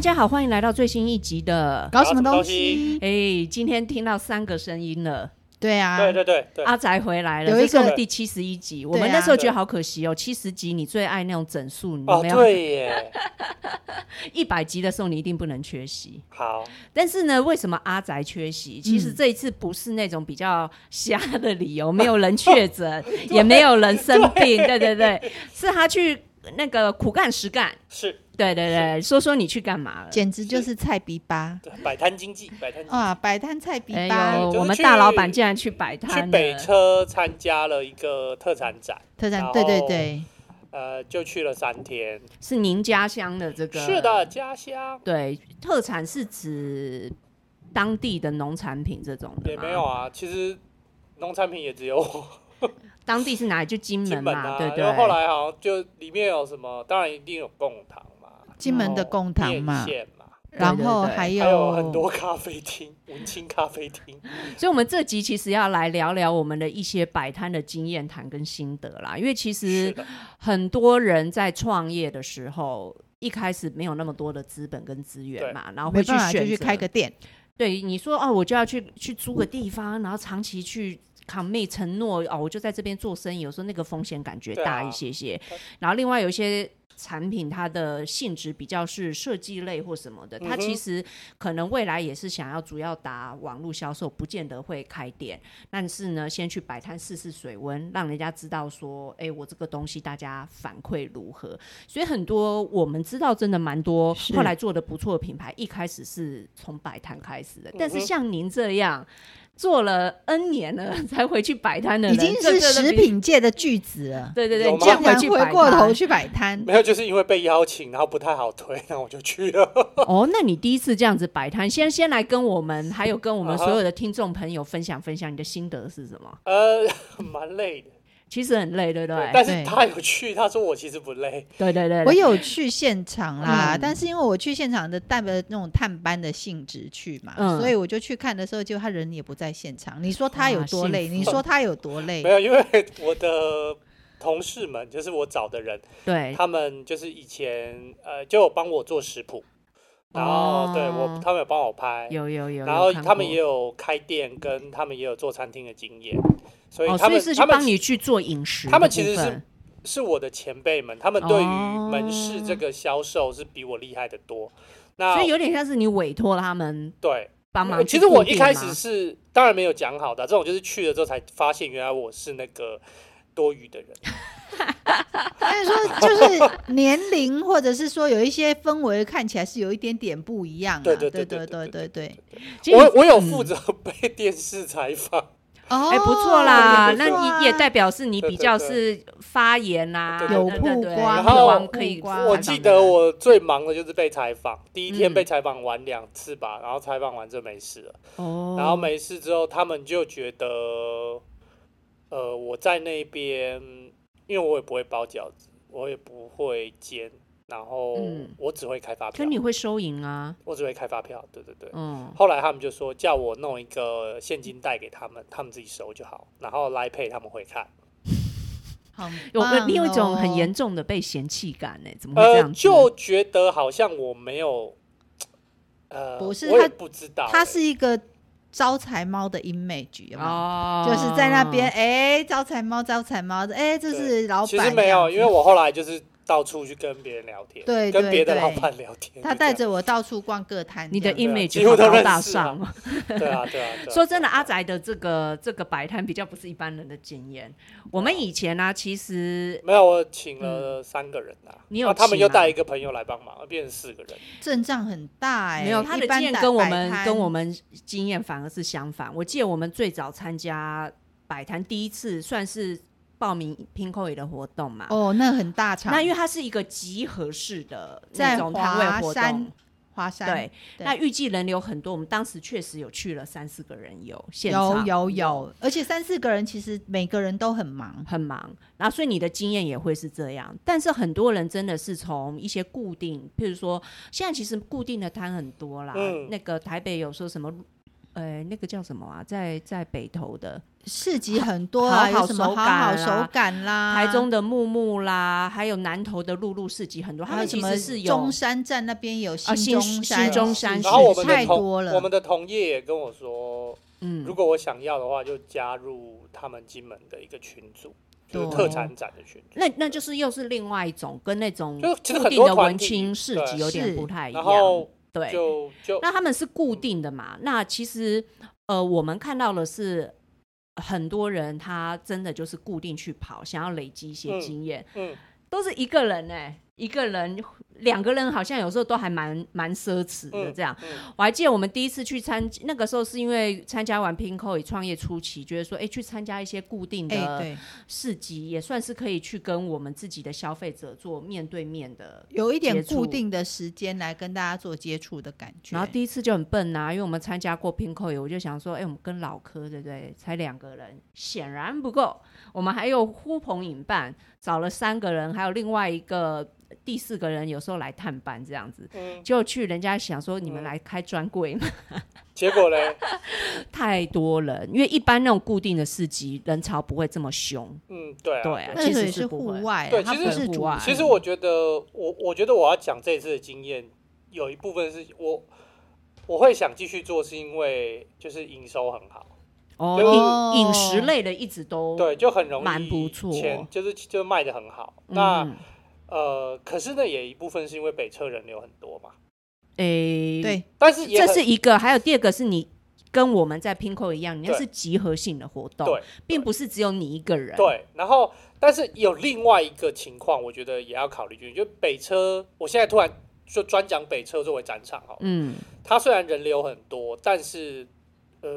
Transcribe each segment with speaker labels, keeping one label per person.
Speaker 1: 家好，欢迎来到最新一集的。
Speaker 2: 搞什么
Speaker 3: 搞什么
Speaker 2: 东
Speaker 3: 东西？
Speaker 1: 哎，今天听到三个声音了，
Speaker 2: 对啊，
Speaker 3: 对对对对，
Speaker 1: 阿宅回来了，
Speaker 2: 有一
Speaker 1: 这是我们
Speaker 3: 个
Speaker 1: 第七十一集。我
Speaker 2: 对
Speaker 1: 们
Speaker 2: 啊
Speaker 1: 那时候觉得好可惜哦，七十集你最爱那种整数，你
Speaker 3: 哦
Speaker 1: 没有
Speaker 3: 对耶，
Speaker 1: 一百集的时候你一定不能缺席。
Speaker 3: 好，
Speaker 1: 但是呢，为什么阿宅缺
Speaker 3: 嗯
Speaker 1: 席？其实这一次不是那种比较瞎的理由，没有人确 诊，也没有人生病，对对对，是他去那个苦干实干。
Speaker 3: 是
Speaker 1: 对对对，说说你去干嘛了？
Speaker 2: 简直就是菜比吧
Speaker 3: 对摆摊经济，摆摊经
Speaker 2: 啊，摆摊菜比
Speaker 1: 哎
Speaker 2: 吧、
Speaker 1: 呦，
Speaker 3: 就是
Speaker 1: 我们
Speaker 3: 去
Speaker 1: 大老板竟然去摆
Speaker 3: 济。去
Speaker 1: 摊
Speaker 3: 北
Speaker 1: 了。
Speaker 3: 车参加了一个特产展，
Speaker 2: 特
Speaker 3: 然
Speaker 2: 产，
Speaker 3: 后
Speaker 2: 对对对，
Speaker 3: 呃，就去了三天。
Speaker 1: 是您家乡的这个？
Speaker 3: 是的，，家乡
Speaker 1: 对，特产是指当地的农产品这种的
Speaker 3: 也
Speaker 1: 吗
Speaker 3: 没有，啊，其实农产品也只有
Speaker 1: 当地是哪里？就金
Speaker 3: 金
Speaker 1: 门
Speaker 3: 门
Speaker 1: 嘛，
Speaker 3: 啊。
Speaker 1: 对
Speaker 3: 然后后
Speaker 1: 对。
Speaker 3: 来好像就里面有什么，当然一定有贡糖嘛，
Speaker 2: 金门的
Speaker 3: 然后
Speaker 2: 贡糖嘛哎
Speaker 3: 面线嘛，
Speaker 2: 然后
Speaker 1: 对对对
Speaker 2: 还有
Speaker 3: 还有很多咖啡厅，文青咖啡厅。
Speaker 1: 所以，我们这集其实要来聊聊我们的一些摆摊的经验谈跟心得啦。因为其
Speaker 3: 是
Speaker 1: 实
Speaker 3: 的，
Speaker 1: 很多人在创业的时候，一开始没有那么多的资本跟资源
Speaker 3: 对
Speaker 1: 嘛，然后
Speaker 2: 没
Speaker 1: 会去
Speaker 2: 办法就
Speaker 1: 选
Speaker 2: 去
Speaker 1: 择
Speaker 2: 开个店，
Speaker 1: 对你说哦，我就要去去租个地方，然后长期去 commit 承诺哦，我就在这边做生意。有时候那个风险感觉
Speaker 3: 对
Speaker 1: 大
Speaker 3: 啊
Speaker 1: 一些些，然后另外有一些。产品它的性质比较是设计类或什么的，它
Speaker 3: 嗯哼
Speaker 1: 其实可能未来也是想要主要打网络销售，不见得会开店。但是呢，先去摆摊试试水温，让人家知道说，哎、我这个东西大家反馈如何。所以很多我们知道真的蛮多
Speaker 2: 是
Speaker 1: 后来做的不错的品牌，一开始是从摆摊开始的，但是
Speaker 3: 嗯哼
Speaker 1: 像您这样。做了 N 年了才回去摆摊的人，
Speaker 2: 已经
Speaker 1: 这
Speaker 2: 是
Speaker 1: 这
Speaker 2: 食
Speaker 1: 比
Speaker 2: 品界的巨子了。
Speaker 1: 对对对，
Speaker 3: 有
Speaker 1: 你
Speaker 3: 吗
Speaker 1: 这样
Speaker 2: 竟
Speaker 1: 回
Speaker 2: 然
Speaker 1: 去
Speaker 2: 回
Speaker 1: 摆
Speaker 2: 过头
Speaker 1: 摊
Speaker 2: 去摆摊，
Speaker 3: 没有，就是因为被邀请，然后不太好推，然后我就去了。
Speaker 1: 哦，那你第一次这样子摆摊，先先来跟我们还有跟我们
Speaker 3: 啊哈
Speaker 1: 所有的听众朋友分享分享你的心得是什么？
Speaker 3: 呃，蛮累的。
Speaker 1: 其实很累，对不对？
Speaker 3: 但
Speaker 2: 对
Speaker 3: 是他有去，他说我其实不累，
Speaker 1: 对对对，
Speaker 2: 我
Speaker 1: 对
Speaker 2: 有去现场啦，
Speaker 1: 嗯
Speaker 2: 但是因为我去现场的带的那种探班的性质去嘛，
Speaker 1: 嗯
Speaker 2: 所以我就去看的时候，就他人也不在现场。你说他有
Speaker 1: 哇
Speaker 2: 多累？
Speaker 1: 幸福
Speaker 2: 你说他有多累
Speaker 3: 没？有，因为 我的同事们，就是我找的人，
Speaker 1: 对
Speaker 3: 他们就是以前呃就有帮我做食谱，然后、
Speaker 1: 哦
Speaker 3: 对我他们有帮我拍，
Speaker 1: 有有有，
Speaker 3: 然后
Speaker 1: 有看
Speaker 3: 他们
Speaker 1: 过
Speaker 3: 也有开店，跟他们也有做餐厅的经验，所以
Speaker 1: 哦，
Speaker 3: 他
Speaker 1: 所
Speaker 3: 们、
Speaker 1: 以是去
Speaker 3: 他们
Speaker 1: 帮你去做饮食的部分，
Speaker 3: 他们其实是是我的前辈们，他们对
Speaker 1: 哦
Speaker 3: 于门市这个销售是比我厉害的多。那
Speaker 1: 所以有点像是你委托他们
Speaker 3: 对，
Speaker 1: 帮忙
Speaker 3: 啊呃
Speaker 1: 去
Speaker 3: 其
Speaker 1: 顾
Speaker 3: 实
Speaker 1: 店吗。
Speaker 3: 我一开始是当然没有讲好的啊，这种就是去了之后才发现，原来我是那个多余的人。
Speaker 2: 但是 说就是年龄，或者是说有一些氛围看起来是有一点点不一样啊。
Speaker 3: 对
Speaker 2: 对
Speaker 3: 对
Speaker 2: 对对
Speaker 3: 对
Speaker 2: 对
Speaker 3: 对对
Speaker 2: 对对。
Speaker 1: 其实
Speaker 3: 我我有
Speaker 1: 嗯
Speaker 3: 负责被电视采访，
Speaker 2: 哦，
Speaker 1: 哎，不错啦，
Speaker 3: 对对
Speaker 1: 那
Speaker 3: 对
Speaker 2: 啊
Speaker 1: 你也代表是你比较是发言啦，
Speaker 3: 对对
Speaker 2: 有
Speaker 1: 对
Speaker 2: 曝
Speaker 1: 对
Speaker 2: 光，啊
Speaker 3: 然后
Speaker 1: 可以
Speaker 2: 有曝光
Speaker 3: 我
Speaker 1: 啊采访
Speaker 3: 记
Speaker 1: 的
Speaker 3: 得
Speaker 1: 人
Speaker 3: 我最忙的就是被采访，第一天
Speaker 1: 嗯
Speaker 3: 被采访完两次吧，然后采访完就没事了，
Speaker 1: 哦，
Speaker 3: 然后没事之后，他们就觉得，呃，我在那边，因为我也不会包饺子，我也不会煎，然后
Speaker 1: 嗯
Speaker 3: 我只会开发
Speaker 1: 可
Speaker 3: 票，
Speaker 1: 你会收银啊，
Speaker 3: 我只会开发票，对对对。
Speaker 1: 嗯，
Speaker 3: 后来他们就说叫我弄一个现金贷给他们，他们自己收就好，然后来配他们会看。
Speaker 2: 很
Speaker 1: 有个
Speaker 2: 棒
Speaker 1: 另外一种
Speaker 2: 哦
Speaker 1: 很严重的被嫌弃感呢，怎么会这
Speaker 3: 呃
Speaker 1: 样，子？
Speaker 3: 就觉得好像我没有，呃，
Speaker 2: 不是
Speaker 3: 我也
Speaker 2: 他
Speaker 3: 不知道欸、
Speaker 2: 它是一个招财猫的 image 有没有
Speaker 1: 哦，
Speaker 2: 就是在那边，哎、招财猫，招财猫，哎、这是老板。
Speaker 3: 其实没有，因为我后来就是到处去跟别人聊天，
Speaker 2: 对
Speaker 3: 跟
Speaker 2: 对
Speaker 3: 别的
Speaker 2: 对
Speaker 3: 老板聊天，
Speaker 2: 他
Speaker 3: 就这
Speaker 2: 带
Speaker 3: 样
Speaker 2: 着我到处逛各摊这
Speaker 1: 你的
Speaker 2: 样子。
Speaker 3: 对啊
Speaker 1: image
Speaker 3: 几
Speaker 1: 好
Speaker 3: 乎都
Speaker 1: 高
Speaker 3: 认
Speaker 1: 大
Speaker 3: 识啊
Speaker 1: 上哦。
Speaker 3: 对啊对啊， 对啊
Speaker 1: 说真的，阿，宅的这个这个摆摊比较不是一般人的经验。我们以前呢、其实
Speaker 3: 没有我请了
Speaker 2: 嗯
Speaker 3: 三个人啊，
Speaker 1: 你有
Speaker 3: 那他们
Speaker 1: 请
Speaker 3: 又
Speaker 1: 吗
Speaker 3: 带一个朋友来帮忙，变成四个人，
Speaker 2: 阵仗很大哎、
Speaker 1: 没有他
Speaker 2: 一
Speaker 1: 的
Speaker 2: 般
Speaker 1: 经验
Speaker 2: 打
Speaker 1: 跟我
Speaker 2: 摆
Speaker 1: 们
Speaker 2: 摊
Speaker 1: 跟我们经验反而是相反。我记得我们最早参加摆摊第一次算是报名 Pinko 的活动嘛。
Speaker 2: 哦，那很大场。
Speaker 1: 那因为它是一个集合式的那
Speaker 2: 在
Speaker 1: 种摊位
Speaker 2: 华
Speaker 1: 活动
Speaker 2: 山，华山
Speaker 1: 对，
Speaker 2: 对
Speaker 1: 那预计人流很多。我们当时确实有去了三四个人有现
Speaker 2: 有
Speaker 1: 场
Speaker 2: 有有，而且三四个人其实每个人都很忙。
Speaker 1: 很忙，然后所以你的经验也会是这样。但是很多人真的是从一些固定，譬如说现在其实固定的摊很多啦，
Speaker 3: 嗯
Speaker 1: 那个台北有说什么。呃，那个叫什么啊？在在北投的，
Speaker 2: 市集很多啊，
Speaker 1: 好好
Speaker 2: 有什么
Speaker 1: 手
Speaker 2: 好
Speaker 1: 感
Speaker 2: 好
Speaker 1: 啊
Speaker 2: 手感啦，
Speaker 1: 台中的木木啦，还有南投的露露市集，很多，他
Speaker 2: 还有
Speaker 1: 们
Speaker 2: 什
Speaker 1: 其
Speaker 2: 么
Speaker 1: 实是有啊
Speaker 2: 中山站那边有
Speaker 1: 新
Speaker 2: 新中山，
Speaker 1: 新中山
Speaker 3: 然后我们的
Speaker 2: 哎太
Speaker 3: 同
Speaker 2: 多了，
Speaker 3: 我们的同业也跟我说，
Speaker 1: 嗯
Speaker 3: 如果我想要的话，就加入他们金门的一个群组，就是
Speaker 2: 对
Speaker 3: 特产展的群组。
Speaker 1: 那那就是又是另外一种，跟那种
Speaker 3: 就其实
Speaker 1: 固
Speaker 3: 很
Speaker 1: 定
Speaker 3: 多
Speaker 1: 的
Speaker 3: 团
Speaker 1: 文
Speaker 3: 体
Speaker 1: 青市
Speaker 3: 对
Speaker 1: 集有点
Speaker 2: 是
Speaker 1: 不太一
Speaker 3: 然
Speaker 1: 样。
Speaker 3: 后
Speaker 1: 对，
Speaker 3: 就就
Speaker 1: 那他们是固定的嘛？那其实呃，我们看到的是很多人他真的就是固定去跑，想要累积一些
Speaker 3: 嗯
Speaker 1: 经验，
Speaker 3: 嗯，
Speaker 1: 都是一个人哎、一个人两个人好像有时候都还蛮蛮奢侈的这样。
Speaker 3: 嗯
Speaker 1: 我还记得我们第一次去参，那个时候是因为参加完 Pinko 创业初期，觉得说，哎、去参加一些固定
Speaker 2: 哎、
Speaker 1: 的
Speaker 2: 对，
Speaker 1: 市集，也算是可以去跟我们自己的消费者做面对面的。
Speaker 2: 有一点
Speaker 1: 接触
Speaker 2: 固定的时间来跟大家做接触的感觉。
Speaker 1: 然后第一次就很笨呐、啊因为我们参加过 Pinko，我就想说，哎、我们跟老科对不对？才两个人，显然不够。我们还有呼朋引伴，找了三个人，还有另外一个第四个人，有时候来探班这样子。
Speaker 3: 嗯，
Speaker 1: 就去人家想说你们
Speaker 3: 嗯
Speaker 1: 来开专柜 嘛，
Speaker 3: 结果 嘞，
Speaker 1: 太多人，因为一般那种固定的市集人潮不会这么凶。
Speaker 3: 嗯，对啊，
Speaker 1: 对啊
Speaker 2: 那
Speaker 1: 其
Speaker 2: 时候
Speaker 1: 实
Speaker 2: 也
Speaker 1: 是
Speaker 2: 是
Speaker 1: 不
Speaker 2: 户
Speaker 1: 会
Speaker 2: 外啊，
Speaker 3: 对
Speaker 2: 它
Speaker 3: 其
Speaker 2: 不
Speaker 1: 实
Speaker 2: 是主
Speaker 1: 户外
Speaker 2: 题
Speaker 3: 其实我觉得，我我觉得我要讲这一次的经验，有一部分是我我会想继续做，是因为就是营收很好，
Speaker 1: 哦，
Speaker 2: 就
Speaker 1: 饮饮食类的一直都
Speaker 3: 对，就很容
Speaker 1: 哦
Speaker 3: 易
Speaker 1: 蛮不错
Speaker 3: 钱就是就卖的很好。
Speaker 1: 嗯
Speaker 3: 那呃，可是呢，也一部分是因为北车人流很多嘛，
Speaker 1: 诶，
Speaker 2: 对，
Speaker 3: 但是也
Speaker 1: 这
Speaker 3: 很
Speaker 1: 是一个，还有第二个是你跟我们在 Pinko 一样，你那
Speaker 3: 对
Speaker 1: 是集合性的活动
Speaker 3: 对，
Speaker 1: 并不是只有你一个人。，
Speaker 3: 对，然后但是有另外一个情况，我觉得也要考虑进去，就北车，我现在突然就专讲北车作为展场好了，
Speaker 1: 嗯，
Speaker 3: 它虽然人流很多，但是呃，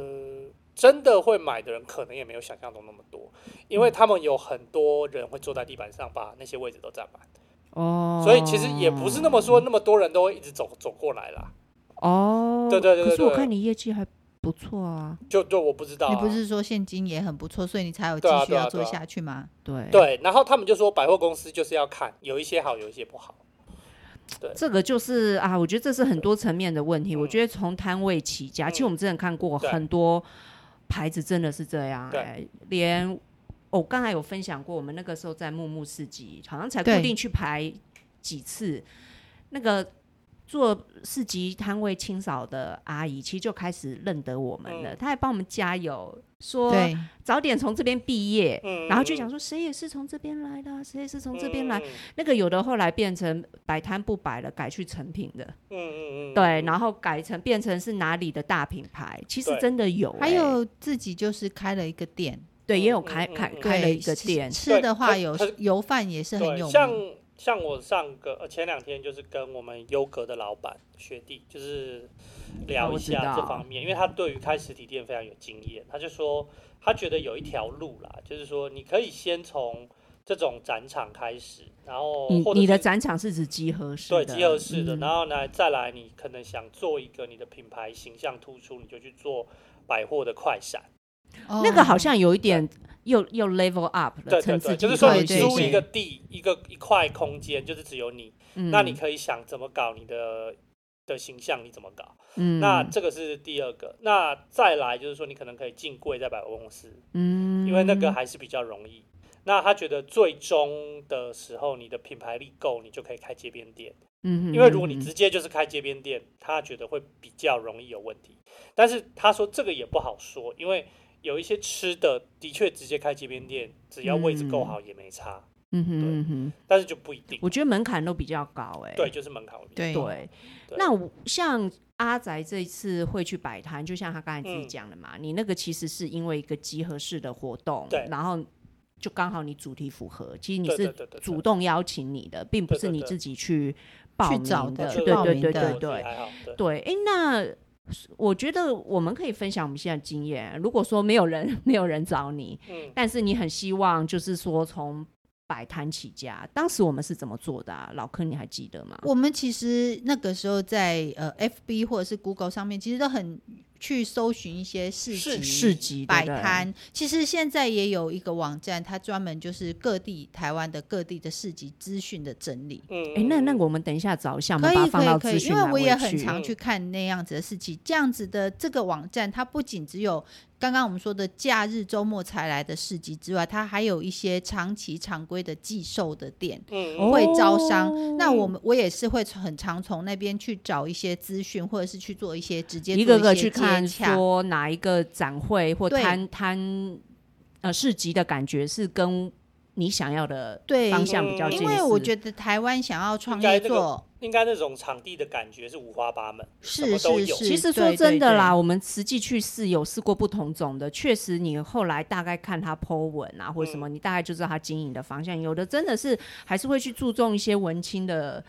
Speaker 3: 真的会买的人可能也没有想象中那么多，因为他们有很多人会坐在地板上，把那些位置都占满，
Speaker 1: 哦，
Speaker 3: 所以其实也不是那么说那么多人都会一直走走过来啦。
Speaker 1: 哦，
Speaker 3: 对对对对
Speaker 1: 可是我
Speaker 3: 对
Speaker 1: 看你业绩还不错啊，
Speaker 3: 就就我不知道、啊，
Speaker 2: 你不是说现金也很不错，所以你才有继
Speaker 3: 对啊
Speaker 2: 续
Speaker 3: 对啊
Speaker 2: 要做
Speaker 3: 对啊
Speaker 2: 下去吗？
Speaker 1: 对，
Speaker 3: 对，然后他们就说百货公司就是要看，有一些好，有一些不好。
Speaker 1: 这个就是啊，我觉得这是很多层面的问题。我觉得从摊位起家，
Speaker 3: 嗯
Speaker 1: 其实我们之前看过
Speaker 3: 对
Speaker 1: 很多牌子真的是这样、
Speaker 3: 对
Speaker 1: 哎连我、刚才有分享过，我们那个时候在木木市集，好像才固
Speaker 2: 对
Speaker 1: 定去排几次，那个做市集摊位清扫的阿姨，其实就开始认得我们了，
Speaker 3: 嗯
Speaker 1: 她还帮我们加油，说
Speaker 2: 对，
Speaker 1: 早点从这边毕业，
Speaker 3: 嗯，
Speaker 1: 然后就想说谁也是从这边来的啊，谁也是从这边来
Speaker 3: 嗯，。
Speaker 1: 那个有的后来变成摆摊不摆了，改去成品的，
Speaker 3: 嗯嗯嗯，
Speaker 1: 对，
Speaker 3: 后
Speaker 1: 然后改成变成是哪里的大品牌，其实
Speaker 3: 对
Speaker 1: 真的有、
Speaker 2: 还
Speaker 1: 欸
Speaker 2: 有自己就是开了一个店，
Speaker 1: 对，
Speaker 3: 嗯
Speaker 1: 也有
Speaker 3: 嗯
Speaker 1: 开
Speaker 3: 嗯
Speaker 1: 开
Speaker 3: 嗯
Speaker 1: 开了
Speaker 2: 对
Speaker 1: 一个
Speaker 2: 吃
Speaker 1: 店，
Speaker 2: 吃的话
Speaker 3: 可
Speaker 2: 有
Speaker 3: 可是
Speaker 2: 油饭也是很有
Speaker 3: 对，
Speaker 2: 名，
Speaker 3: 像像我上个呃前两天就是跟我们优格的老板学弟，就是
Speaker 1: 哦
Speaker 3: 聊
Speaker 1: 我
Speaker 3: 一
Speaker 1: 知
Speaker 3: 下这
Speaker 1: 道
Speaker 3: 方面，因为他对于开实体店非常有经验。他就说，他觉得有一条路啦，就是说你可以先从这种展场开始，然后
Speaker 1: 你
Speaker 3: 哦或者
Speaker 1: 你的
Speaker 3: 是
Speaker 1: 展场是指集合式的，
Speaker 3: 对集合式的，
Speaker 1: 嗯
Speaker 3: 然后呢再来你可能想做一个你的品牌形象突出，你就去做百货的快闪。
Speaker 2: 哦
Speaker 1: 那个好像有一点又又 level up 了，
Speaker 3: 对
Speaker 1: 呃层
Speaker 3: 对
Speaker 1: 次
Speaker 3: 对，就是
Speaker 1: 提
Speaker 3: 说
Speaker 1: 高
Speaker 3: 你
Speaker 1: 些
Speaker 3: 租
Speaker 1: 些
Speaker 3: 一个地，一个一块空间，就是只有你，
Speaker 1: 嗯
Speaker 3: 那你可以想怎么搞你的的形象，你怎么搞？
Speaker 1: 嗯
Speaker 3: 那这个是第二个，那再来就是说你可能可以进柜在百货公司，
Speaker 1: 嗯，
Speaker 3: 因为那个还是比较容易。那他觉得最终的时候，你的品牌力够，你就可以开街边店。
Speaker 1: 嗯，嗯，
Speaker 3: 因为如果你
Speaker 1: 嗯
Speaker 3: 直接就是开街边店，他觉得会比较容易有问题。但是他说这个也不好说，因为有一些吃的的确直接开街边店，只要位置够好也没差，
Speaker 1: 嗯哼嗯哼，
Speaker 3: 但是就不一定。
Speaker 1: 我觉得门槛都比较高哎、
Speaker 3: 对，就是门槛问题。
Speaker 2: 对
Speaker 1: 对，
Speaker 3: 对
Speaker 1: 那我像阿宅这一次会去摆摊，就像他刚才自己
Speaker 3: 嗯
Speaker 1: 讲的嘛，你那个其实是因为一个集合式的活动
Speaker 3: 对，
Speaker 1: 然后就刚好你主题符合，其实你
Speaker 3: 对对
Speaker 1: 是
Speaker 3: 对对对
Speaker 1: 主动邀请你的，并不是你自己去报
Speaker 2: 去
Speaker 1: 名
Speaker 2: 找的
Speaker 1: 的，
Speaker 2: 去
Speaker 1: 对
Speaker 2: 报
Speaker 1: 对
Speaker 2: 名
Speaker 1: 对
Speaker 2: 的
Speaker 1: 对
Speaker 3: 这个
Speaker 1: 对
Speaker 3: 还好，对
Speaker 1: 对。哎，那我觉得我们可以分享我们现在的经验。如果说没有人 没有人找你，
Speaker 3: 嗯，
Speaker 1: 但是你很希望就是说从摆摊起家，当时我们是怎么做的、啊？老柯你还记得吗？
Speaker 2: 我们其实那个时候在呃 FB 或者是 Google 上面，其实都很去搜寻一些市
Speaker 3: 市
Speaker 2: 集、
Speaker 1: 市集
Speaker 2: 摆，
Speaker 1: 对
Speaker 2: 摊。其实现在也有一个网站，它专门就是各地台湾的各地的市集资讯的整理。
Speaker 3: 嗯，
Speaker 1: 不对哎，那那
Speaker 3: 嗯
Speaker 1: 我们等一下找一下，我
Speaker 2: 可
Speaker 1: 们把它
Speaker 2: 以
Speaker 1: 放
Speaker 2: 可
Speaker 1: 到
Speaker 2: 以可
Speaker 1: 资
Speaker 2: 以，
Speaker 1: 讯
Speaker 2: 因
Speaker 1: 栏
Speaker 2: 为我也
Speaker 1: 位
Speaker 2: 很
Speaker 1: 去
Speaker 2: 常去看那样子的事情。这样子的这个网站，它不仅只有刚刚我们说的假日周末才来的市集之外，它还有一些长期常规的寄售的店。
Speaker 1: 哦
Speaker 3: 嗯嗯
Speaker 2: 会招商，那我们我也是会从很常从那边去找一些资讯，或者是去做一些直接
Speaker 1: 一
Speaker 2: 做
Speaker 1: 个个
Speaker 2: 些
Speaker 1: 去看，
Speaker 2: 接洽
Speaker 1: 说哪一个展会或
Speaker 2: 对
Speaker 1: 摊摊呃市集的感觉是跟你想要的
Speaker 2: 对，
Speaker 1: 方向比较近
Speaker 2: 因
Speaker 1: 似。
Speaker 2: 为我觉得台湾想要创
Speaker 3: 应该
Speaker 2: 业
Speaker 3: 这个
Speaker 2: 做，
Speaker 3: 应该那种场地的感觉是五花八门，什
Speaker 2: 是
Speaker 3: 么都
Speaker 2: 是
Speaker 3: 有
Speaker 2: 是，
Speaker 1: 其实说
Speaker 2: 对
Speaker 1: 真的啦，，我们实际去试有试过不同种的，确实你后来大概看他 Po 文啊或者什
Speaker 2: 嗯
Speaker 1: 么，你大概就知道他经营的方向。有的真的是还是会去注重一些文青的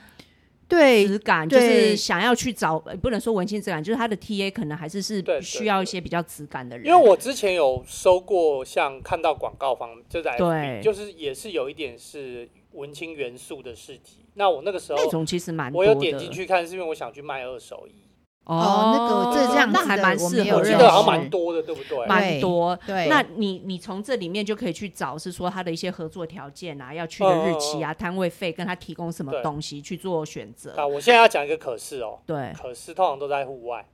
Speaker 2: 对对
Speaker 1: 质感，就
Speaker 2: 对
Speaker 1: 是想要去找，呃不能说文青质感，就是他的 TA 可能还是是
Speaker 3: 对对
Speaker 1: 需要一些比较质感的人。
Speaker 3: 因为我之前有收过，像看到广告方就在
Speaker 1: 对
Speaker 3: FB，就是也是有一点是文青元素的市集。那我那个时候
Speaker 1: 那种其实蛮多
Speaker 3: 我
Speaker 1: 的。
Speaker 3: 有点进去看，是因为我想去卖二手衣，
Speaker 2: 哦那个这这样
Speaker 1: 那
Speaker 2: 子
Speaker 1: 还
Speaker 2: 的
Speaker 1: 蛮
Speaker 2: 我
Speaker 1: 适
Speaker 2: 没有
Speaker 1: 合的，
Speaker 3: 我记
Speaker 2: 认
Speaker 3: 得好像
Speaker 2: 识
Speaker 3: 蛮多的，对不对？
Speaker 1: 蛮多。
Speaker 2: 对，
Speaker 1: 那你你从这里面就可以去找，是说他的一些合作条件啊，要去的日期啊，摊位费，跟他提供什么
Speaker 3: 对
Speaker 1: 东西去做选择。
Speaker 3: 啊，我现在要讲一个可是哦，
Speaker 1: 对，
Speaker 3: 可是通常都在户外，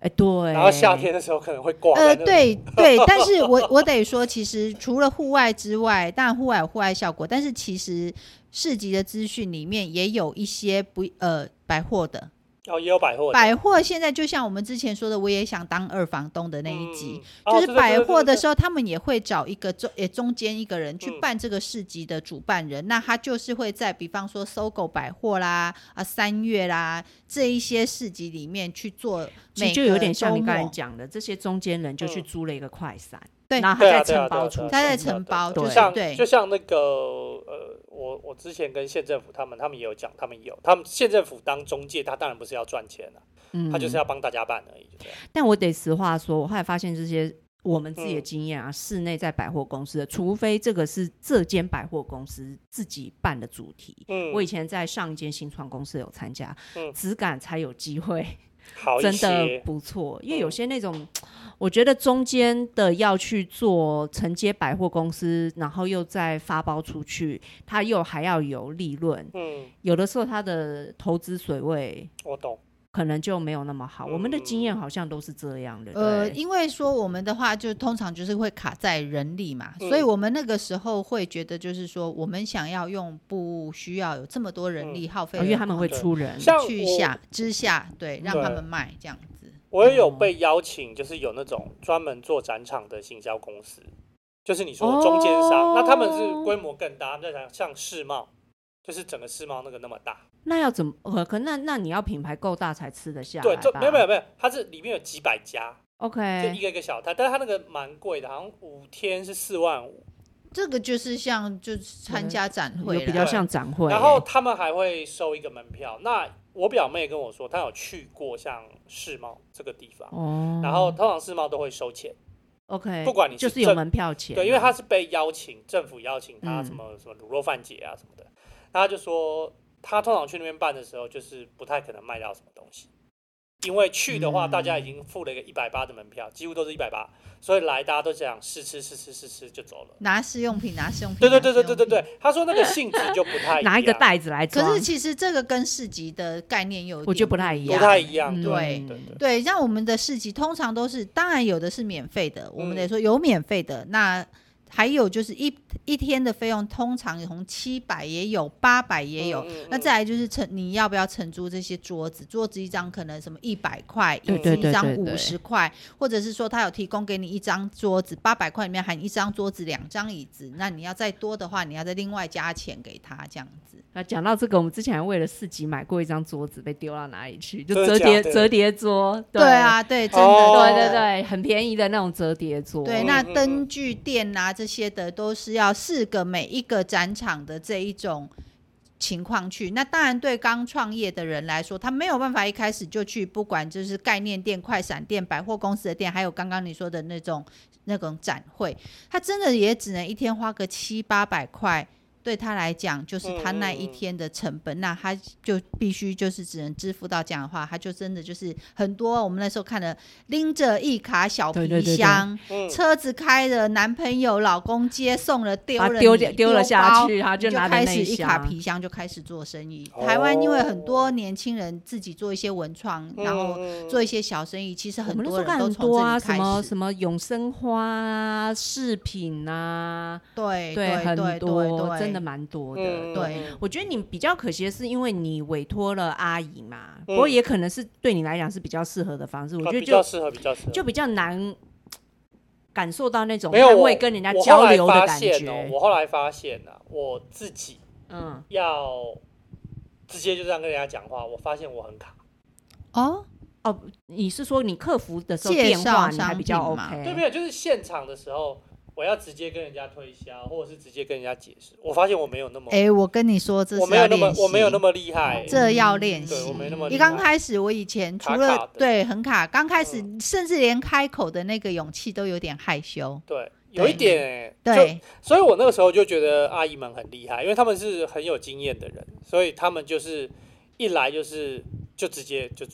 Speaker 1: 哎对。
Speaker 3: 然后夏天的时候可能会挂在
Speaker 2: 呃，
Speaker 3: 那里。
Speaker 2: 对对， 但是我我得说，其实除了户外之外，当然户外有户外效果，但是其实市集的资讯里面也有一些不呃百货的
Speaker 3: 哦，也有百货的，
Speaker 2: 百货，现在就像我们之前说的，我也想当二房东的那一集。
Speaker 3: 嗯，
Speaker 2: 就
Speaker 3: 哦
Speaker 2: 是
Speaker 3: 对对
Speaker 2: 百
Speaker 3: 对
Speaker 2: 货
Speaker 3: 对
Speaker 2: 的
Speaker 3: 对
Speaker 2: 时候，他们也会找一个中也中间一个人去
Speaker 3: 嗯
Speaker 2: 办这个市集的主办人，那他就是会在比方说搜狗百货啦、啊三月啦这一些市集里面去做
Speaker 1: 其
Speaker 2: 每
Speaker 1: 实
Speaker 2: 个周末，
Speaker 1: 就有点像你刚才讲的，这些中间人就去租了一个快闪，
Speaker 2: 对
Speaker 1: 然后
Speaker 3: 对
Speaker 1: 他
Speaker 3: 啊
Speaker 1: 再
Speaker 3: 对啊
Speaker 1: 承包
Speaker 3: 对
Speaker 1: 出去，
Speaker 3: 啊对啊
Speaker 2: 他在承包，
Speaker 1: 对
Speaker 2: 就
Speaker 3: 就是像
Speaker 2: 对
Speaker 3: 就像那个呃，我我之前跟县政府他们，他们也有讲，他们也有，他们县政府当中介，他当然不是要赚钱了、
Speaker 1: 嗯
Speaker 3: 他就是要帮大家办而已，就这样。
Speaker 1: 但我得实话说，我后来发现这些我们自己的
Speaker 3: 嗯
Speaker 1: 经验啊，室内在百货公司的，除非这个是这间百货公司自己办的主题。
Speaker 3: 嗯，
Speaker 1: 我以前在上一间新创公司有参加，
Speaker 3: 嗯
Speaker 1: 质感才有机会，
Speaker 3: 好一
Speaker 1: 真的
Speaker 3: 些，
Speaker 1: 不错。因为有
Speaker 3: 嗯
Speaker 1: 些那种，我觉得中间的要去做承接百货公司，然后又再发包出去，它又还要有利润，
Speaker 3: 嗯，
Speaker 1: 有的时候它的投资水位
Speaker 3: 我懂，
Speaker 1: 可能就没有那么好。我们的经验
Speaker 3: 嗯
Speaker 1: 好像都是这样的，
Speaker 2: 呃，
Speaker 1: 对
Speaker 2: 因为说我们的话，就通常就是会卡在人力嘛，
Speaker 3: 嗯
Speaker 2: 所以我们那个时候会觉得，就是说我们想要用不需要有这么多人力耗费
Speaker 1: 哦
Speaker 2: 人口，
Speaker 1: 因为他们会出人。
Speaker 3: 嗯像
Speaker 2: 去
Speaker 3: 我
Speaker 2: 下之下，对，让
Speaker 3: 对
Speaker 2: 他们卖这样子。
Speaker 3: 我也有被邀请，就是有那种专门做展场的行销公司，就是你说中间
Speaker 1: 哦
Speaker 3: 商，那他们是规模更大，他们在讲像世贸，就是整个世贸那个那么大，
Speaker 1: 那要怎么？呃，可那那你要品牌够大才吃得下来
Speaker 3: 对，
Speaker 1: 吧？
Speaker 3: 这没有没有没有，它是里面有几百家，就
Speaker 1: OK，
Speaker 3: 一个一个小摊，但是它那个蛮贵的，好像五天是四万五，
Speaker 2: 这个就是像就是参加展
Speaker 1: 有
Speaker 2: 会啦
Speaker 1: 比较像展会。
Speaker 3: 然后他们还会收一个门票。那我表妹跟我说，她有去过像世贸这个地方，
Speaker 1: 哦，
Speaker 3: 然后通常世贸都会收钱，
Speaker 1: OK，
Speaker 3: 不管你
Speaker 1: 就是是有
Speaker 3: 正
Speaker 1: 门票钱啊，
Speaker 3: 对，因为她是被邀请，政府邀请她
Speaker 1: 嗯
Speaker 3: 什么什么卤肉饭节啊什么的，然后她就说她通常去那边办的时候，就是不太可能卖到什么东西。因为去的话，
Speaker 1: 嗯
Speaker 3: 大家已经付了一个一百八的门票，几乎都是一百八，所以来大家都想试吃试吃试吃就走了。
Speaker 2: 拿试用品，拿试用品，
Speaker 3: 对对
Speaker 2: 拿
Speaker 3: 对
Speaker 2: 试
Speaker 3: 对
Speaker 2: 用
Speaker 3: 对对
Speaker 2: 品
Speaker 3: 对。，他说那个性质就不 太一样，
Speaker 1: 拿一个袋子来装，
Speaker 2: 可是其实这个跟市集的概念有，
Speaker 1: 我觉得不太一
Speaker 3: 不
Speaker 1: 样
Speaker 3: 太一样，
Speaker 1: 嗯
Speaker 3: 对
Speaker 1: 对
Speaker 3: 对对。
Speaker 2: 对，像我们的市集通常都是，当然有的是免费的，我们
Speaker 1: 嗯
Speaker 2: 得说有免费的，那还有就是一一天的费用，通常从七百也有，八百也有。
Speaker 3: 嗯嗯
Speaker 2: 那
Speaker 3: 嗯
Speaker 2: 再来就是承，你要不要承租这些桌子？桌子一张可能什么一百块，
Speaker 1: 对
Speaker 2: 椅
Speaker 1: 对
Speaker 2: 子一张
Speaker 1: 对对对
Speaker 2: 五十块，或者是说他有提供给你一张桌子，八百块里面含一张桌子、两张椅子。那你要再多的话，你要再另外加钱给他这样子。
Speaker 1: 那讲到这个，我们之前还为了市集买过一张桌子，被丢到哪里去？就
Speaker 3: 真
Speaker 1: 折
Speaker 3: 的
Speaker 1: 叠
Speaker 3: 假的
Speaker 1: 折叠桌，
Speaker 2: 对，啊，对，真的，
Speaker 3: 哦
Speaker 1: 对对对，很便宜的那种折叠桌，
Speaker 2: 对，
Speaker 3: 嗯
Speaker 2: 那
Speaker 3: 嗯
Speaker 2: 灯具店啊这些的都是要适个每一个展场的这一种情况去。那当然，对刚创业的人来说，他没有办法一开始就去，不管就是概念店、快闪店、百货公司的店，还有刚刚你说的那种那种展会，他真的也只能一天花个七八百块。对他来讲，就是他那一天的成本，那他就必须就是只能支付到这样的话，他就真的就是很多我们那时候看的拎着一卡小皮箱，
Speaker 1: 对对对对
Speaker 3: 嗯，
Speaker 2: 车子开了，男朋友、老公接送了，丢
Speaker 1: 把
Speaker 2: 了你
Speaker 1: 丢掉丢了下
Speaker 2: 包
Speaker 1: 去，他
Speaker 2: 你就
Speaker 1: 拿着
Speaker 2: 开
Speaker 1: 那
Speaker 2: 始一卡
Speaker 1: 箱。
Speaker 2: 皮箱就开始做生意。
Speaker 3: 哦
Speaker 2: 台湾因为很多年轻人自己做一些文创，然后
Speaker 3: 嗯
Speaker 2: 做一些小生意，其实
Speaker 1: 我
Speaker 2: 很
Speaker 1: 们那时候
Speaker 2: 多人
Speaker 1: 看
Speaker 2: 都
Speaker 1: 很
Speaker 2: 从
Speaker 1: 多
Speaker 2: 这
Speaker 1: 啊，
Speaker 2: 里
Speaker 1: 什
Speaker 2: 开
Speaker 1: 么
Speaker 2: 始。
Speaker 1: 什么永生花啊、饰品啊，
Speaker 2: 哎对对
Speaker 1: 很
Speaker 2: 对
Speaker 1: 多，
Speaker 2: 对，
Speaker 1: 真的蛮多的。对，
Speaker 3: 嗯
Speaker 2: 对
Speaker 1: 我觉得你比较可惜的是，因为你委托了阿姨嘛，
Speaker 3: 嗯
Speaker 1: 不过也可能是对你来讲是比较适合的方式。我
Speaker 3: 啊
Speaker 1: 觉得
Speaker 3: 比
Speaker 1: 就
Speaker 3: 较适合，比较适合。
Speaker 1: 就比较难感受到那种
Speaker 3: 没有
Speaker 1: 单
Speaker 3: 我
Speaker 1: 位跟人家
Speaker 3: 我后
Speaker 1: 交
Speaker 3: 来
Speaker 1: 流的
Speaker 3: 发
Speaker 1: 感
Speaker 3: 现哦，
Speaker 1: 觉。
Speaker 3: 我后来发现啊，我自己
Speaker 1: 嗯，
Speaker 3: 要直接就这样跟人家讲话，我发现我很卡。嗯
Speaker 2: 哦，
Speaker 1: 你是说你客服的时候
Speaker 2: 介
Speaker 1: 电话
Speaker 2: 绍
Speaker 1: 你还
Speaker 2: 商
Speaker 1: 比较
Speaker 2: 品嘛
Speaker 3: 对
Speaker 1: OK？
Speaker 3: 没有，就是现场的时候，我要直接跟人家推销，或者是直接跟人家解释，我发现我没有那么，
Speaker 2: 哎，我跟你说，这
Speaker 3: 我
Speaker 2: 是
Speaker 3: 没
Speaker 2: 要
Speaker 3: 有那么
Speaker 2: 练，习，
Speaker 3: 我没有那么厉害。
Speaker 2: 这要练习
Speaker 3: 嗯对我没那么厉
Speaker 2: 一
Speaker 3: 害
Speaker 2: 刚开始，我以前除
Speaker 3: 卡
Speaker 2: 了
Speaker 3: 卡的嗯
Speaker 2: 对很卡，刚开始甚至连开口的那个勇气都有点害羞。
Speaker 3: 对，有一
Speaker 2: 对
Speaker 3: 点哎、就
Speaker 2: 对，
Speaker 3: 所以我那个时候就觉得阿姨们很厉害，因为他们是很有经验的人，所以他们就是一来就是就直接就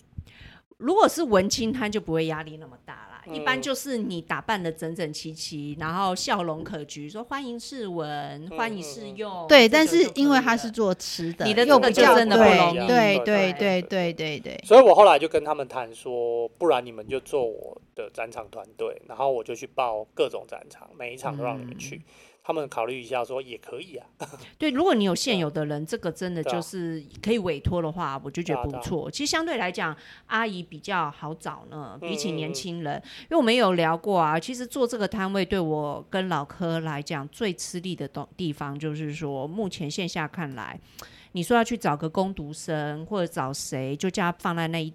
Speaker 1: 如果是文青，他就不会压力那么大啦。一般
Speaker 3: 嗯
Speaker 1: 就是你打扮的整整齐齐，然后笑容可掬，说欢迎试闻，欢迎试
Speaker 3: 嗯嗯嗯
Speaker 1: 用。
Speaker 2: 对，
Speaker 1: 这
Speaker 2: 但
Speaker 1: 个
Speaker 2: 是
Speaker 1: 就可
Speaker 2: 因为
Speaker 1: 以
Speaker 2: 他
Speaker 1: 了
Speaker 2: 是做吃的，
Speaker 1: 你的
Speaker 2: 又
Speaker 1: 这个
Speaker 2: 比
Speaker 1: 就
Speaker 2: 较
Speaker 1: 真的不容易
Speaker 2: 对
Speaker 1: 对
Speaker 2: 对对
Speaker 3: 对
Speaker 2: 对对对，
Speaker 3: 所以我后来就跟他们谈说，不然你们就做我的展场团队，然后我就去报各种展场，每一场都让你们去。
Speaker 1: 嗯
Speaker 3: 他们考虑一下说也可以啊，
Speaker 1: 对，如果你有现有的人，这个真的
Speaker 3: 啊对啊
Speaker 1: 就是可以委托的话，我就觉得
Speaker 3: 对啊
Speaker 1: 不
Speaker 3: 对啊
Speaker 1: 错。其实相对来讲，阿姨比较好找呢，比起
Speaker 3: 嗯嗯
Speaker 1: 年
Speaker 3: 嗯
Speaker 1: 轻人，因为我们有聊过啊。其实做这个摊位对我跟老柯来讲最吃力的东地方，就是说目前线下看来，你说要去找个工读生或者找谁，就叫他放在那一。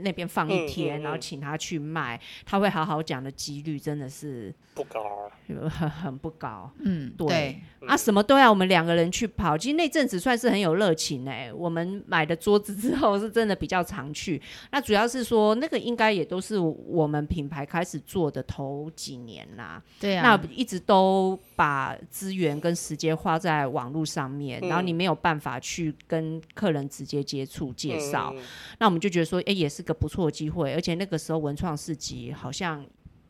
Speaker 1: 那边放一
Speaker 3: 嗯嗯
Speaker 1: 天，然后
Speaker 3: 嗯
Speaker 1: 请他去卖，他会好好讲的几率真的是
Speaker 3: 不高啊。
Speaker 1: 呃很很不高。
Speaker 2: 嗯，
Speaker 1: 对
Speaker 2: 对，
Speaker 1: 啊，什么都要我们两个人去跑。其实那阵子算是很有热情哎、我们买的桌子之后是真的比较常去。那主要是说那个应该也都是我们品牌开始做的头几年啦，
Speaker 2: 对
Speaker 3: 嗯
Speaker 2: 啊
Speaker 1: 那，一直都把资源跟时间花在网络上面，
Speaker 3: 嗯
Speaker 1: 然后你没有办法去跟客人直接接触介绍，
Speaker 3: 嗯
Speaker 1: 那我们就觉得说，哎、也是个不错的机会。而且那个时候文创市集好像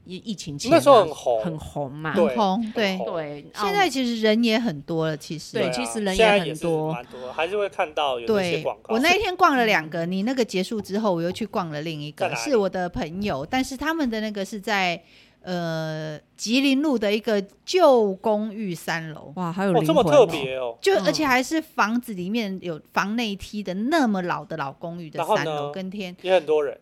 Speaker 1: 疫疫情前、啊、
Speaker 3: 那时候很红
Speaker 1: 很红嘛，
Speaker 3: 对
Speaker 2: 很红，对
Speaker 3: 很。红
Speaker 1: 对，啊
Speaker 2: 现在其实人也很多了，其实
Speaker 1: 对
Speaker 3: 啊
Speaker 1: 其实人
Speaker 3: 现在
Speaker 1: 也很
Speaker 3: 也是
Speaker 1: 多
Speaker 3: 蛮多，还是会看到有那些
Speaker 2: 对
Speaker 3: 广，告。哦嗯
Speaker 2: 我那天逛了两个，你那个结束之后，我又去逛了另一
Speaker 3: 在
Speaker 2: 个，
Speaker 3: 哪里
Speaker 2: 是我的朋友，但是他们的那个是在呃吉林路的一个旧公寓三楼，
Speaker 1: 哇，还有
Speaker 3: 哦
Speaker 1: 灵
Speaker 3: 这
Speaker 1: 魂、
Speaker 3: 么特。别哦，
Speaker 2: 就
Speaker 1: 嗯
Speaker 2: 而且还是房子里面有房内梯的那么老的老公寓的
Speaker 3: 然后
Speaker 2: 三
Speaker 3: 呢
Speaker 2: 楼跟天，
Speaker 3: 也很多人，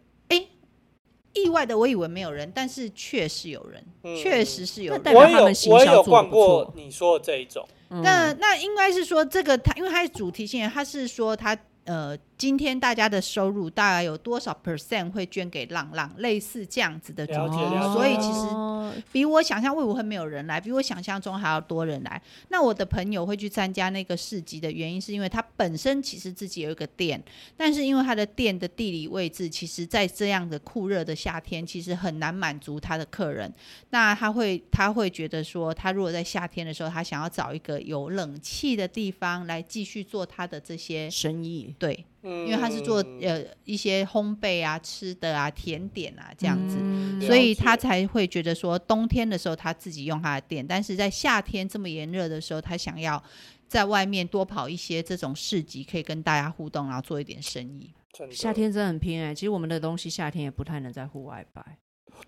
Speaker 2: 意外的我以为没有人，但是确实有人，
Speaker 3: 嗯
Speaker 2: 确实是有
Speaker 1: 那
Speaker 2: 人。
Speaker 1: 代表
Speaker 3: 我
Speaker 1: 他
Speaker 3: 也
Speaker 1: 们
Speaker 3: 有
Speaker 1: 行
Speaker 3: 我也
Speaker 1: 销
Speaker 3: 有
Speaker 1: 做得
Speaker 3: 逛
Speaker 1: 不错
Speaker 3: 过你说的这一种，
Speaker 1: 嗯
Speaker 2: 那那应该是说这个它，因为它是主题性的，它是说它呃，今天大家的收入大概有多少 percent 会捐给浪浪，类似这样子的主
Speaker 3: 了
Speaker 2: 题
Speaker 3: 解了解
Speaker 2: 所以其实
Speaker 1: 实
Speaker 2: 比我想象，魏武会没有人来，比我想象中还要多人来。那我的朋友会去参加那个市集的原因，是因为他本身其实自己有一个店，但是因为他的店的地理位置，其实在这样的酷热的夏天，其实很难满足他的客人。那他会他会觉得说，他如果在夏天的时候，他想要找一个有冷气的地方来继续做他的这些
Speaker 1: 生意
Speaker 2: 对，因
Speaker 3: 嗯，
Speaker 2: 为他是做呃一些烘焙啊、吃的啊、甜点啊这样子。
Speaker 1: 嗯
Speaker 3: 了
Speaker 2: 所以他
Speaker 3: 解
Speaker 2: 才会觉得说，冬天的时候他自己用他的电，但是在夏天这么炎热的时候，他想要在外面多跑一些这种市集，可以跟大家互动，然后做一点生意。
Speaker 3: 真的
Speaker 1: 夏天真的很拼哎、其实我们的东西夏天也不太能在户外摆，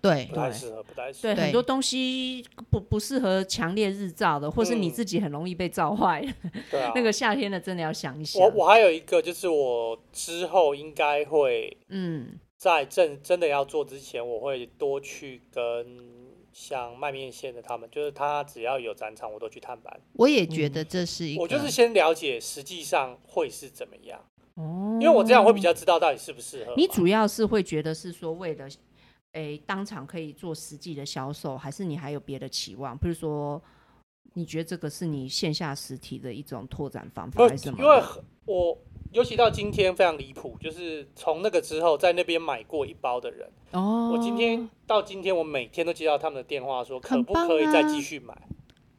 Speaker 2: 对
Speaker 3: 不太
Speaker 1: 对
Speaker 3: 适合，不太适合
Speaker 1: 对，
Speaker 2: 对
Speaker 1: 很多东西不不适合强烈日照的，或是你
Speaker 3: 嗯
Speaker 1: 自己很容易被照坏。
Speaker 3: 对啊，
Speaker 1: 那个夏天的真的要想一想。
Speaker 3: 我我还有一个就是我之后应该会
Speaker 1: 嗯，
Speaker 3: 在正真的要做之前，我会多去跟像卖面线的他们，就是他只要有展场，我都去探班。
Speaker 2: 我也觉得这是一个，
Speaker 3: 我就是啊先了解实际上会是怎么样，
Speaker 1: 哦
Speaker 3: 因为我这样会比。较知道到底适不适合嘛。
Speaker 1: 嗯你主要是会觉得是说为了，诶、当场可以做实际的销售，还是你还有别的期望？比如说，你觉得这个是你线下实体的一种拓展方法，
Speaker 3: 不
Speaker 1: 还是什么的？
Speaker 3: 呃因为很我尤其到今天非常离谱，就是从那个之后在那边买过一包的人，
Speaker 1: 哦，
Speaker 3: 我今天到今今天我每天都接到他们的电话说可
Speaker 2: 很
Speaker 3: 不
Speaker 2: 棒
Speaker 3: 可以再
Speaker 2: 啊
Speaker 3: 继续买。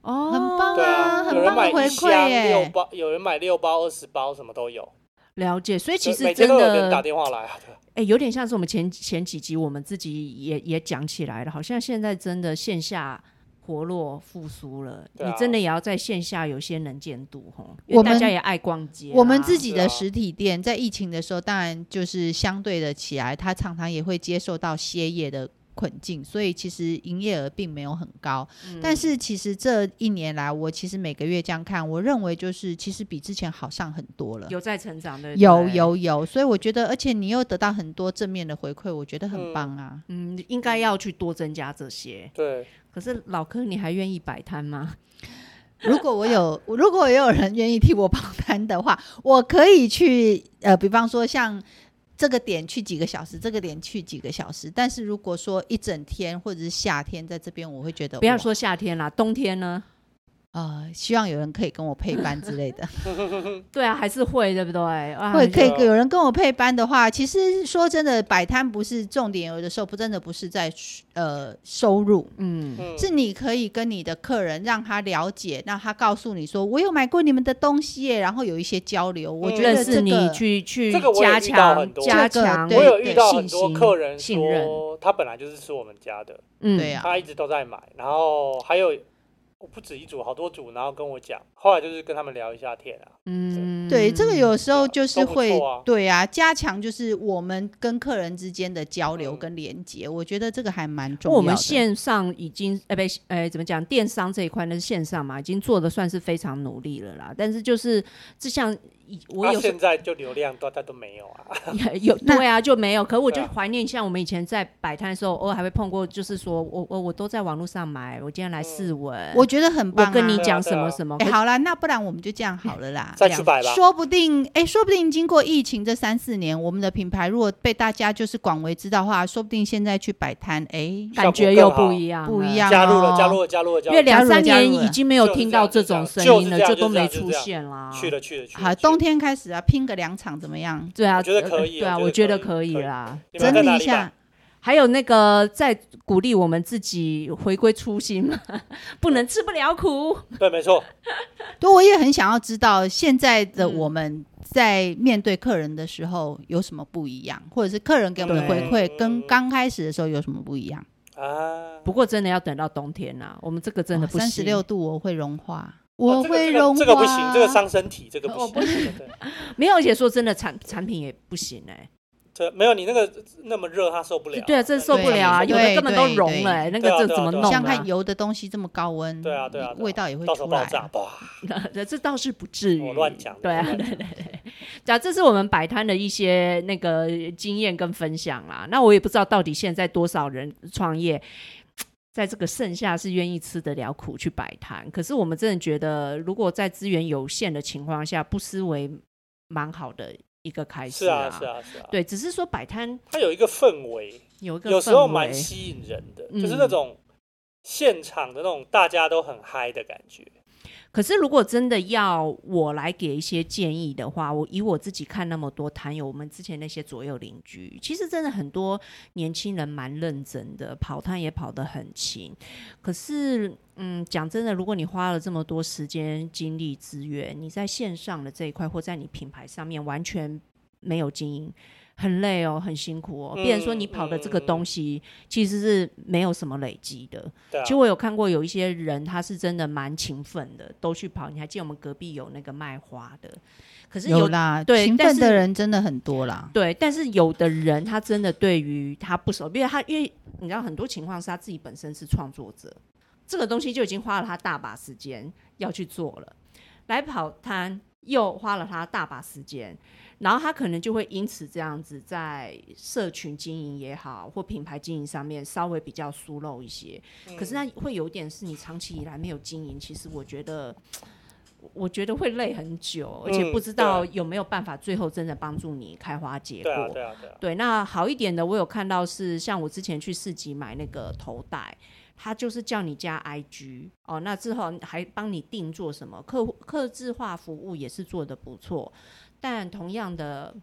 Speaker 1: 哦，
Speaker 2: 很棒
Speaker 3: 对
Speaker 2: 啊，
Speaker 3: 啊
Speaker 2: 很
Speaker 3: 有
Speaker 2: 很
Speaker 3: 人
Speaker 2: 棒
Speaker 3: 买
Speaker 2: 的回
Speaker 3: 一
Speaker 2: 馈
Speaker 3: 箱六
Speaker 2: 耶！
Speaker 3: 包，有人买六包、二十包，什么都有。
Speaker 1: 了解，所以其
Speaker 3: 每
Speaker 1: 实
Speaker 3: 天
Speaker 1: 真
Speaker 3: 都有人打
Speaker 1: 的，
Speaker 3: 电话来啊，对
Speaker 1: 哎，有点像是我们前前几集我们自己也也讲起来了，好像现在真的线下活络复苏了，
Speaker 3: 对
Speaker 1: 你
Speaker 3: 啊
Speaker 1: 真的也要在线下有些能见度吼，因
Speaker 2: 我
Speaker 1: 为
Speaker 2: 们
Speaker 1: 大家也爱逛街啊，
Speaker 2: 我们自己
Speaker 3: 是啊
Speaker 2: 的实体店在疫情的时候，当然就是相对的起来，它常常也会接受到歇业的困境，所以其实营业额并没有很高。
Speaker 1: 嗯
Speaker 2: 但是其实这一年来，我其实每个月这样看，我认为就是其实比之前好上很多了。
Speaker 1: 有在成长的，对不
Speaker 2: 有
Speaker 1: 对，
Speaker 2: 有有，所以我觉得，而且你又得到很多正面的回馈，我觉得很棒啊。
Speaker 1: 嗯，应该要去多增加这些。
Speaker 3: 对，
Speaker 1: 可是老柯，你还愿意摆摊吗？
Speaker 2: 如果 我有，如果也有人愿意替我跑 单的话，我可以去呃，比方说像这个点去几个小时，这个点去几个小时。但是如果说一整天或者是夏天在这边，我会觉得
Speaker 1: 不要
Speaker 2: 哇
Speaker 1: 说夏天啦，冬天呢？
Speaker 2: 呃，希望有人可以跟我配班之 类的。
Speaker 1: 对啊，还是会，对不对？啊，
Speaker 2: 会可以
Speaker 3: 对啊
Speaker 2: 有人跟我配班的话，其实说真的，摆摊不是重点，有的时候不真的不是在呃收入，
Speaker 1: 嗯，
Speaker 3: 嗯，
Speaker 2: 是你可以跟你的客人让他了解，让他告诉你说我有买过你们的东西耶，然后有一些交流。我觉得
Speaker 1: 嗯认
Speaker 2: 这个
Speaker 1: 识你去去
Speaker 3: 嗯这个我也
Speaker 1: 加
Speaker 3: 遇到很
Speaker 1: 强
Speaker 3: 多
Speaker 1: 加
Speaker 2: 这个
Speaker 1: 强，
Speaker 2: 对
Speaker 3: 我有遇到很
Speaker 1: 信
Speaker 3: 多
Speaker 1: 心
Speaker 3: 客人
Speaker 1: 信任
Speaker 3: 说，他本来就是吃我们家的，
Speaker 1: 嗯，
Speaker 2: 对啊
Speaker 3: 他一直都在买，然后还有我不止一组，好多组，然后跟我讲，后来就是跟他们聊一下天啊，
Speaker 1: 嗯，
Speaker 2: 对这个有时候就是
Speaker 3: 都不
Speaker 2: 会
Speaker 3: 错啊
Speaker 2: 对啊，加强就是我们跟客人之间的交流
Speaker 3: 嗯
Speaker 2: 跟连接，我觉得这个还蛮重要的。
Speaker 1: 我们线上已经，呃，不，呃，怎么讲？电商这一块呢，是线上嘛，已经做的算是非常努力了啦。但是就是，就像以我
Speaker 3: 他
Speaker 1: 有时
Speaker 3: 啊现在就流量都他都没有 啊，
Speaker 1: 也有对啊，就没有。可我就
Speaker 3: 对啊
Speaker 1: 怀念像我们以前在摆摊的时候，偶尔还会碰过，就是说我我我都在网络上买，我今天来试闻，
Speaker 2: 我觉得很棒、啊。
Speaker 1: 我跟你
Speaker 3: 对啊
Speaker 1: 讲
Speaker 3: 嗯对
Speaker 1: 什么
Speaker 3: 啊
Speaker 1: 什么，
Speaker 2: 哎、
Speaker 1: 可
Speaker 2: 好啦，那不然我们就这样好 了啦。
Speaker 3: 再去摆吧。
Speaker 2: 说不定，哎，说不定经过疫情这三四年，我们的品牌如果被大家就是广为知道的话，说不定现在去摆摊，哎，
Speaker 3: 效
Speaker 1: 感
Speaker 3: 果
Speaker 1: 觉
Speaker 3: 更
Speaker 1: 又
Speaker 3: 好
Speaker 1: 不一样，
Speaker 2: 不一。样、哦。
Speaker 3: 加入了，加入了，加入了，加
Speaker 1: 因
Speaker 3: 入
Speaker 1: 为
Speaker 3: 了，
Speaker 1: 两三
Speaker 2: 加入了
Speaker 1: 年已经没有
Speaker 3: 就是
Speaker 1: 听
Speaker 3: 这样
Speaker 1: 到这
Speaker 3: 就这
Speaker 1: 种
Speaker 3: 样
Speaker 1: 声
Speaker 3: 就是
Speaker 1: 音了，
Speaker 3: 这样
Speaker 1: 都
Speaker 3: 就这
Speaker 1: 没
Speaker 3: 样就
Speaker 1: 出
Speaker 3: 这样
Speaker 1: 现啦。
Speaker 3: 去了去了去了。
Speaker 2: 好，
Speaker 3: 去了
Speaker 2: 冬天开始啊，拼个两场怎么样？
Speaker 1: 对啊，
Speaker 3: 我觉得可以
Speaker 1: 对啊，我
Speaker 3: 我
Speaker 1: 觉
Speaker 3: 觉
Speaker 1: 得
Speaker 3: 得
Speaker 1: 可
Speaker 3: 可以
Speaker 1: 以啦。
Speaker 3: 你们
Speaker 2: 整
Speaker 3: 在
Speaker 2: 理
Speaker 3: 哪
Speaker 2: 一
Speaker 3: 里摆
Speaker 2: 下？，
Speaker 1: 还有那个，在鼓励我们自己回归初心，不能吃不了苦。
Speaker 3: 对，没错，
Speaker 2: 对，我也很想要知道现在的
Speaker 1: 嗯
Speaker 2: 我们在面对客人的时候有什么不一样，或者是客人给我们的回
Speaker 1: 对
Speaker 2: 馈跟刚开始的时候有什么不一样？
Speaker 3: 啊，
Speaker 1: 不过真的要等到冬天啦，我们这个真的不
Speaker 2: 三十
Speaker 1: 行。
Speaker 2: 六度我会融化，
Speaker 3: 哦
Speaker 2: 我
Speaker 3: 这个
Speaker 2: 会
Speaker 3: 这个
Speaker 2: 融化。
Speaker 3: 这个不行，这个伤身体，这个
Speaker 2: 我
Speaker 3: 不
Speaker 2: 不
Speaker 3: 行，对对
Speaker 1: 没有，而且说真的，产产品也不行哎、
Speaker 3: 这没有你那个那么热，他受不了。
Speaker 1: 对啊，这受不了啊，
Speaker 2: 对
Speaker 1: 有的根本都
Speaker 2: 对
Speaker 1: 融了、欸，那
Speaker 3: 对
Speaker 1: 个
Speaker 3: 啊
Speaker 1: 这
Speaker 3: 对啊
Speaker 1: 怎么
Speaker 3: 对啊
Speaker 1: 弄、啊？
Speaker 2: 像看油的东西这么高温，
Speaker 3: 对啊对啊对啊
Speaker 2: 味道也会
Speaker 3: 到时候
Speaker 2: 出
Speaker 3: 爆
Speaker 2: 来
Speaker 3: 炸，
Speaker 2: 啊。
Speaker 3: 哇！
Speaker 1: 这倒是不至于。
Speaker 3: 我乱讲的
Speaker 1: 对啊，
Speaker 3: 我乱
Speaker 1: 对
Speaker 3: 讲
Speaker 1: 对对。假，这是我们摆摊的一些那个经验跟分享啦。那我也不知道到底现在多少人创业，在这个盛夏是愿意吃得了苦去摆摊。可是我们真的觉得，如果在资源有限的情况下，不失为蛮好的一个开始
Speaker 3: 是啊是
Speaker 1: 啊，
Speaker 3: 啊是啊，
Speaker 1: 对，只是说摆摊
Speaker 3: 它有一个氛围，
Speaker 1: 有一个
Speaker 3: 有时候
Speaker 1: 氛
Speaker 3: 蛮
Speaker 1: 围
Speaker 3: 吸引人的，
Speaker 1: 嗯
Speaker 3: 就是那种现场的那种大家都很嗨的感觉。
Speaker 1: 可是，如果真的要我来给一些建议的话，我以我自己看那么多摊友，我们之前那些左右邻居，其实真的很多年轻人蛮认真的，跑摊也跑得很勤。可是，嗯，讲真的，如果你花了这么多时间、精力、资源，你在线上的这一块或在你品牌上面完全没有经营。很累哦，很辛苦哦。
Speaker 3: 嗯
Speaker 1: 变成说你跑的这个
Speaker 3: 嗯
Speaker 1: 东西，其实是没有什么累积的。
Speaker 3: 对啊
Speaker 1: 其实，我有看过有一些人，他是真的蛮勤奋的，都去跑。你还记得我们隔壁有那个卖花的，可是有
Speaker 2: 有啦，
Speaker 1: 对
Speaker 2: 勤
Speaker 1: 但
Speaker 2: 奋的
Speaker 1: 是
Speaker 2: 人真的很多啦。
Speaker 1: 对，但是有的人他真的对于他不熟，因为他因为你知道很多情况是他自己本身是创作者，这个东西就已经花了他大把时间要去做了，来跑摊又花了他大把时间，然后他可能就会因此这样子在社群经营也好，或品牌经营上面稍微比较疏漏一些。可是那会有点是你长期以来没有经营，其实我觉得，我觉得会累很久，而且
Speaker 3: 嗯
Speaker 1: 不知道有没有办法最后真的帮助你开花结
Speaker 3: 对啊
Speaker 1: 果。
Speaker 3: 对啊对啊，
Speaker 1: 对，那好一点的，我有看到是像我之前去市集买那个头带，他就是叫你加 IG 哦，那之后还帮你定做什么客户客制化服务也是做的不错，但同样的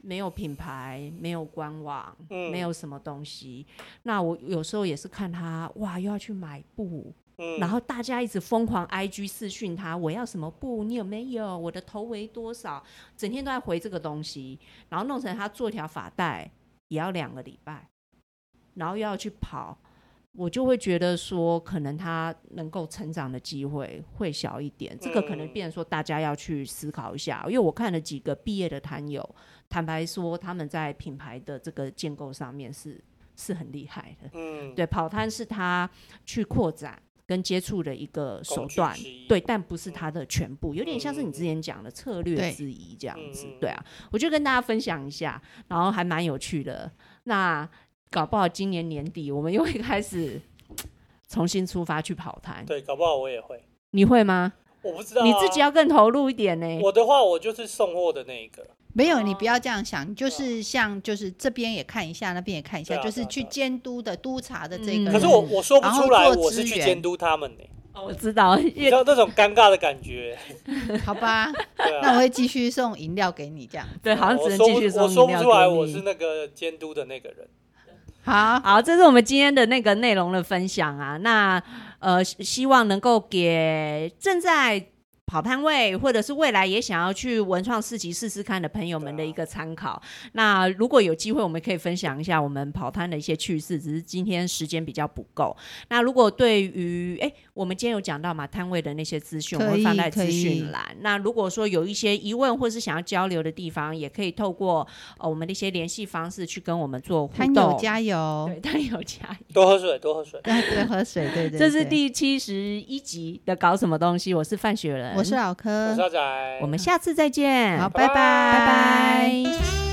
Speaker 1: 没有品牌，没有官网，
Speaker 3: 嗯
Speaker 1: 没有什么东西。那我有时候也是看他，哇，又要去买布，
Speaker 3: 嗯，
Speaker 1: 然后大家一直疯狂 IG 私讯他，我要什么布，你有没有？我的头围多少？整天都在回这个东西，然后弄成他做条发带也要两个礼拜，然后又要去跑，我就会觉得说，可能他能够成长的机会会小一点。这个可能
Speaker 3: 嗯
Speaker 1: 变成说大家要去思考一下，因为我看了几个毕业的摊友，坦白说他们在品牌的这个建构上面是是很厉害的。
Speaker 3: 嗯，
Speaker 1: 对，跑摊是他去扩展跟接触的一个手
Speaker 3: 工具
Speaker 1: 段
Speaker 3: 之一，
Speaker 1: 对，但不是他的全部，有点像是你之
Speaker 3: 嗯
Speaker 1: 前讲的策略
Speaker 2: 对
Speaker 1: 之一这样子
Speaker 3: 嗯嗯，
Speaker 1: 对啊，我就跟大家分享一下，然后还蛮有趣的。那搞不好今年年底我们又会开始重新出发去跑摊，
Speaker 3: 对，搞不好我也会，
Speaker 1: 你会吗？
Speaker 3: 我不知道、啊、
Speaker 1: 你自己要更投入一点呢。
Speaker 3: 我的话，我就是送货的那一个，
Speaker 2: 没有，
Speaker 1: 哦
Speaker 2: 你不要这样想，你就
Speaker 3: 对啊
Speaker 2: 是像就是这边也看一下，那边也看一下，
Speaker 3: 对啊
Speaker 2: 就是
Speaker 3: 对啊
Speaker 2: 去
Speaker 3: 对啊
Speaker 2: 监督的督察的这
Speaker 1: 嗯
Speaker 2: 个人。
Speaker 3: 可是我我说不
Speaker 2: 然后
Speaker 3: 出来，
Speaker 2: 做
Speaker 3: 我是
Speaker 2: 资
Speaker 3: 去
Speaker 2: 源
Speaker 3: 监督他们呢、
Speaker 1: 哦我知道，
Speaker 3: 你
Speaker 1: 因
Speaker 3: 知
Speaker 1: 为
Speaker 3: 道那种尴尬的感觉，
Speaker 2: 好吧，
Speaker 3: 对
Speaker 2: 那我
Speaker 3: 啊。
Speaker 2: 会继续送饮料给你这样。
Speaker 1: 对，好像
Speaker 3: 我
Speaker 1: 只能
Speaker 3: 说
Speaker 1: 继续
Speaker 3: 不，我
Speaker 1: 饮
Speaker 3: 说不
Speaker 1: 料
Speaker 3: 出来，
Speaker 1: 给
Speaker 3: 我
Speaker 1: 你
Speaker 3: 是那个监督的那个人。
Speaker 2: 好，
Speaker 1: 好，这是我们今天的那个内容的分享啊。那呃，希希望能够给正在跑摊位，或者是未来也想要去文创市集试试看的朋友们的一个参考。那如果有机会，我们可以分享一下我们跑摊的一些趣事，只是今天时间比较不够。那如果对于哎，我们今天有讲到嘛，摊位的那些资讯，我
Speaker 2: 可
Speaker 1: 们
Speaker 2: 以
Speaker 1: 会放在资
Speaker 2: 可
Speaker 1: 讯
Speaker 2: 以
Speaker 1: 栏。那如果说有一些疑问或是想要交流的地方，也可以透过呃我们的一些联系方式去跟我们做互
Speaker 2: 摊友
Speaker 1: 动。
Speaker 2: 加油，
Speaker 1: 对，但有 加油。
Speaker 3: 多喝水，多喝水。
Speaker 2: 对对，喝水，对对。
Speaker 1: 这是
Speaker 2: 对，
Speaker 1: 第七十一集的搞什么东西？我是范雪人，
Speaker 2: 我是老啊
Speaker 3: 我
Speaker 2: 柯
Speaker 3: 是，阿仔，
Speaker 1: 我们下次再见，
Speaker 2: 好，
Speaker 1: 拜
Speaker 2: 拜
Speaker 3: 拜
Speaker 1: 拜。